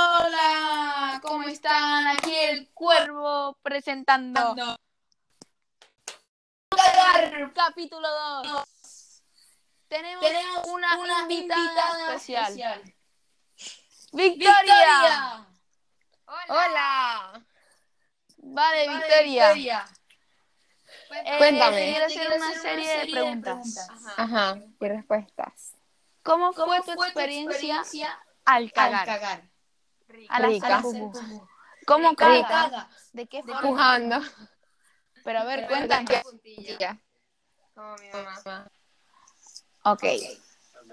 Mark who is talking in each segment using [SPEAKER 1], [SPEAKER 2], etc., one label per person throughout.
[SPEAKER 1] Hola, ¿cómo están? Aquí el cuervo presentando
[SPEAKER 2] No.
[SPEAKER 1] Cagar.
[SPEAKER 2] Capítulo 2. Tenemos,
[SPEAKER 1] Tenemos
[SPEAKER 2] una,
[SPEAKER 1] una
[SPEAKER 2] invitada, especial.
[SPEAKER 1] Victoria.
[SPEAKER 2] ¡Victoria!
[SPEAKER 1] Hola. Vale,
[SPEAKER 2] Vale,
[SPEAKER 1] Victoria. Eh,
[SPEAKER 3] Cuéntame.
[SPEAKER 1] te quiero hacer una serie de preguntas.
[SPEAKER 2] Ajá.
[SPEAKER 3] Ajá, y respuestas.
[SPEAKER 1] ¿Cómo,
[SPEAKER 2] ¿Cómo
[SPEAKER 1] fue tu experiencia, al
[SPEAKER 2] al
[SPEAKER 1] cagar?
[SPEAKER 2] cagar?
[SPEAKER 1] Al hacer
[SPEAKER 3] Rica.
[SPEAKER 1] pupú. ¿Cómo
[SPEAKER 3] Rica.
[SPEAKER 1] cagas? ¿De qué
[SPEAKER 2] De-
[SPEAKER 1] forma?
[SPEAKER 3] Pujando.
[SPEAKER 1] Pero a ver,
[SPEAKER 2] Pero a ver,
[SPEAKER 1] cuéntame.
[SPEAKER 3] Ya.
[SPEAKER 2] Como mi mamá.
[SPEAKER 1] Ok.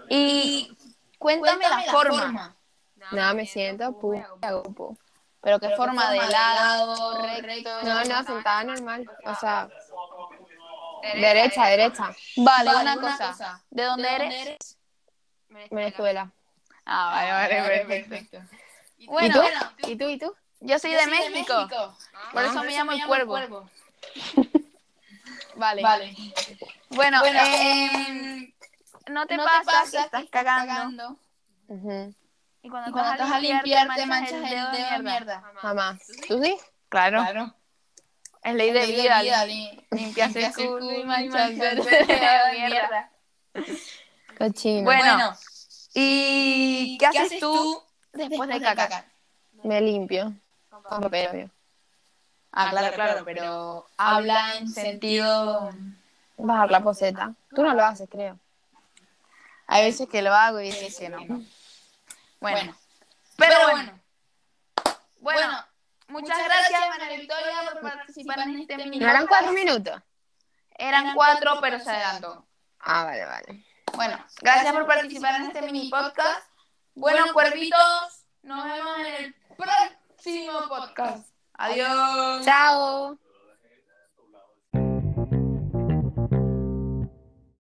[SPEAKER 1] Y cuéntame, la, forma.
[SPEAKER 3] Nada, me siento pu. hago pu.
[SPEAKER 1] Pero qué forma de lado.
[SPEAKER 2] recto.
[SPEAKER 3] No, no, sentada normal. O sea, derecha, derecha.
[SPEAKER 1] Vale,
[SPEAKER 2] Vale,
[SPEAKER 1] una, cosa. ¿De dónde eres?
[SPEAKER 3] Venezuela.
[SPEAKER 1] Ah, vale, vale, perfecto.
[SPEAKER 3] ¿Y
[SPEAKER 1] Bueno,
[SPEAKER 3] tú? ¿Y tú? ¿Y tú?
[SPEAKER 1] yo soy,
[SPEAKER 2] Yo
[SPEAKER 1] de, México. Por eso me llamo el cuervo. Vale.
[SPEAKER 2] Vale.
[SPEAKER 1] Bueno,
[SPEAKER 2] Bueno,
[SPEAKER 1] em,
[SPEAKER 2] em,
[SPEAKER 1] no te
[SPEAKER 2] no
[SPEAKER 1] pasa
[SPEAKER 2] te pasa
[SPEAKER 1] que estás cagando.
[SPEAKER 3] Ujú,
[SPEAKER 1] Y cuando,
[SPEAKER 2] Y cuando
[SPEAKER 1] estás a limpiar, te manchas el dedo de mierda.
[SPEAKER 3] Jamás. ¿Tú sí?
[SPEAKER 1] Claro.
[SPEAKER 2] Claro.
[SPEAKER 1] Es ley de vida. li-
[SPEAKER 2] Limpiarse el culo y mancharse el
[SPEAKER 1] dedo
[SPEAKER 2] dedo
[SPEAKER 1] de
[SPEAKER 2] de
[SPEAKER 1] mierda.
[SPEAKER 2] mierda.
[SPEAKER 3] Cochino.
[SPEAKER 1] Bueno,
[SPEAKER 2] Bueno,
[SPEAKER 1] ¿Y qué haces tú después de cagar?
[SPEAKER 3] me limpio. Con papel.
[SPEAKER 1] Ah, claro, claro, pero
[SPEAKER 2] Habla en sentido.
[SPEAKER 3] Bajar la poseta. Tú no lo haces, creo.
[SPEAKER 1] hay veces que lo hago y dices que no. Bueno,
[SPEAKER 2] Bueno,
[SPEAKER 1] pero,
[SPEAKER 2] pero
[SPEAKER 1] bueno,
[SPEAKER 2] bueno.
[SPEAKER 1] bueno,
[SPEAKER 2] bueno,
[SPEAKER 1] muchas gracias, María Victoria, por participar en este
[SPEAKER 3] ¿No
[SPEAKER 1] minuto.
[SPEAKER 3] eran cuatro minutos?
[SPEAKER 1] Eran cuatro, pero se adelantó.
[SPEAKER 3] Ah, vale, vale.
[SPEAKER 1] Bueno, gracias por participar en este mini podcast. Bueno, cuervitos, nos vemos en el próximo podcast. Adiós.
[SPEAKER 3] Chao.